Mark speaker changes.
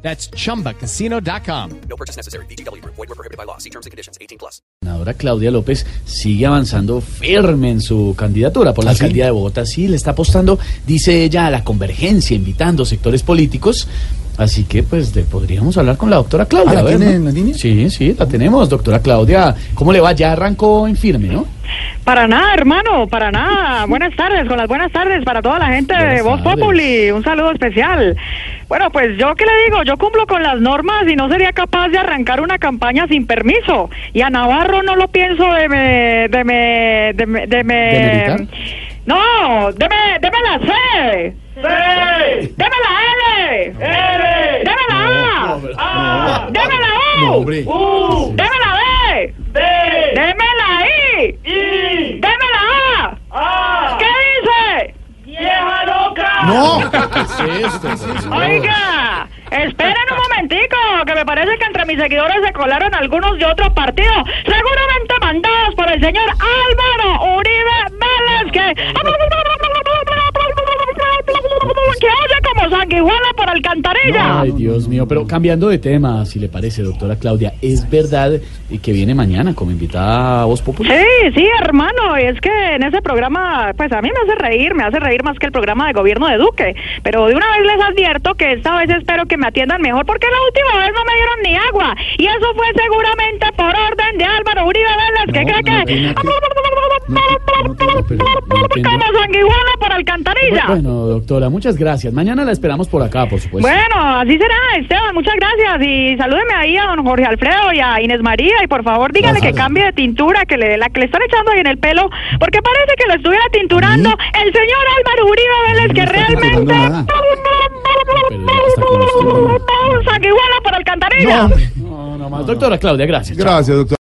Speaker 1: That's chumbacasino.com.
Speaker 2: No purchase necessary. BGW. Void were prohibited by law. See terms and conditions. 18 plus.
Speaker 3: senadora Claudia López sigue avanzando firme en su candidatura
Speaker 4: ¿Ah,
Speaker 3: por la alcaldía de Bogotá. Sí, le está apostando, dice ella, a la convergencia, invitando sectores políticos. Así que, pues, de- podríamos hablar con la doctora Claudia.
Speaker 4: ¿Ah, ¿la
Speaker 3: a ver,
Speaker 4: tiene
Speaker 3: ¿no?
Speaker 4: en la línea?
Speaker 3: Sí, sí, la tenemos, doctora Claudia. ¿Cómo le va? Ya arrancó en firme, ¿no?
Speaker 5: Para nada, hermano, para nada. Buenas tardes, con las buenas tardes para toda la gente de
Speaker 3: Buenas
Speaker 5: Voz
Speaker 3: tardes.
Speaker 5: Populi. Un saludo especial. Bueno, pues yo qué le digo, yo cumplo con las normas y no sería capaz de arrancar una campaña sin permiso. Y a Navarro no lo pienso de me. de me. de me. de me.
Speaker 3: ¿Demeritar?
Speaker 5: no, deme, deme la C. C. Deme la L. L. Deme la A. A. Deme la U.
Speaker 4: No, hombre.
Speaker 5: U. Deme la D. D. Deme la I. I. Deme la A. A. ¿Qué dice? Vieja loca.
Speaker 4: ¡No!
Speaker 5: Oiga, esperen un momentico, que me parece que entre mis seguidores se colaron algunos de otros partidos, seguramente mandados por el señor Álvaro Uribe Vélez, que... que oye como sanguijuela por alcantarilla.
Speaker 3: Ay, Dios mío, pero cambiando de tema, si le parece, doctora Claudia, ¿es verdad eh, que viene mañana como invitada a Voz Popular?
Speaker 5: Sí, sí, hermano, y es que en ese programa, pues a mí me hace reír, me hace reír más que el programa de gobierno de Duque, pero de una vez les advierto que esta vez espero que me atiendan mejor porque la última vez no me dieron ni agua y eso fue seguramente por orden de Álvaro Uribe Vélez, que
Speaker 3: No,
Speaker 5: cree
Speaker 3: no,
Speaker 5: que...
Speaker 3: no, no, no, pero no entiendo.
Speaker 5: Como sanguijuela por alcantarilla.
Speaker 3: Bueno, doctora, muchas gracias. Mañana la esperamos por acá, por supuesto.
Speaker 5: Bueno, así será, Esteban, muchas gracias. Y salúdeme ahí a don Jorge Alfredo y a Inés María. Y por favor, díganle
Speaker 3: Gracias.
Speaker 5: que cambie de tintura, que le, la que le están echando ahí en el pelo, porque parece que lo estuviera tinturando el señor Álvaro Uribe Vélez, que
Speaker 4: está
Speaker 5: realmente.
Speaker 4: tinturando nada.
Speaker 3: está con usted,
Speaker 5: Un sanguijuela por alcantarilla.
Speaker 4: No, hombre.
Speaker 3: No, no más. Doctora Claudia, gracias. Chao.
Speaker 4: Gracias, doctor.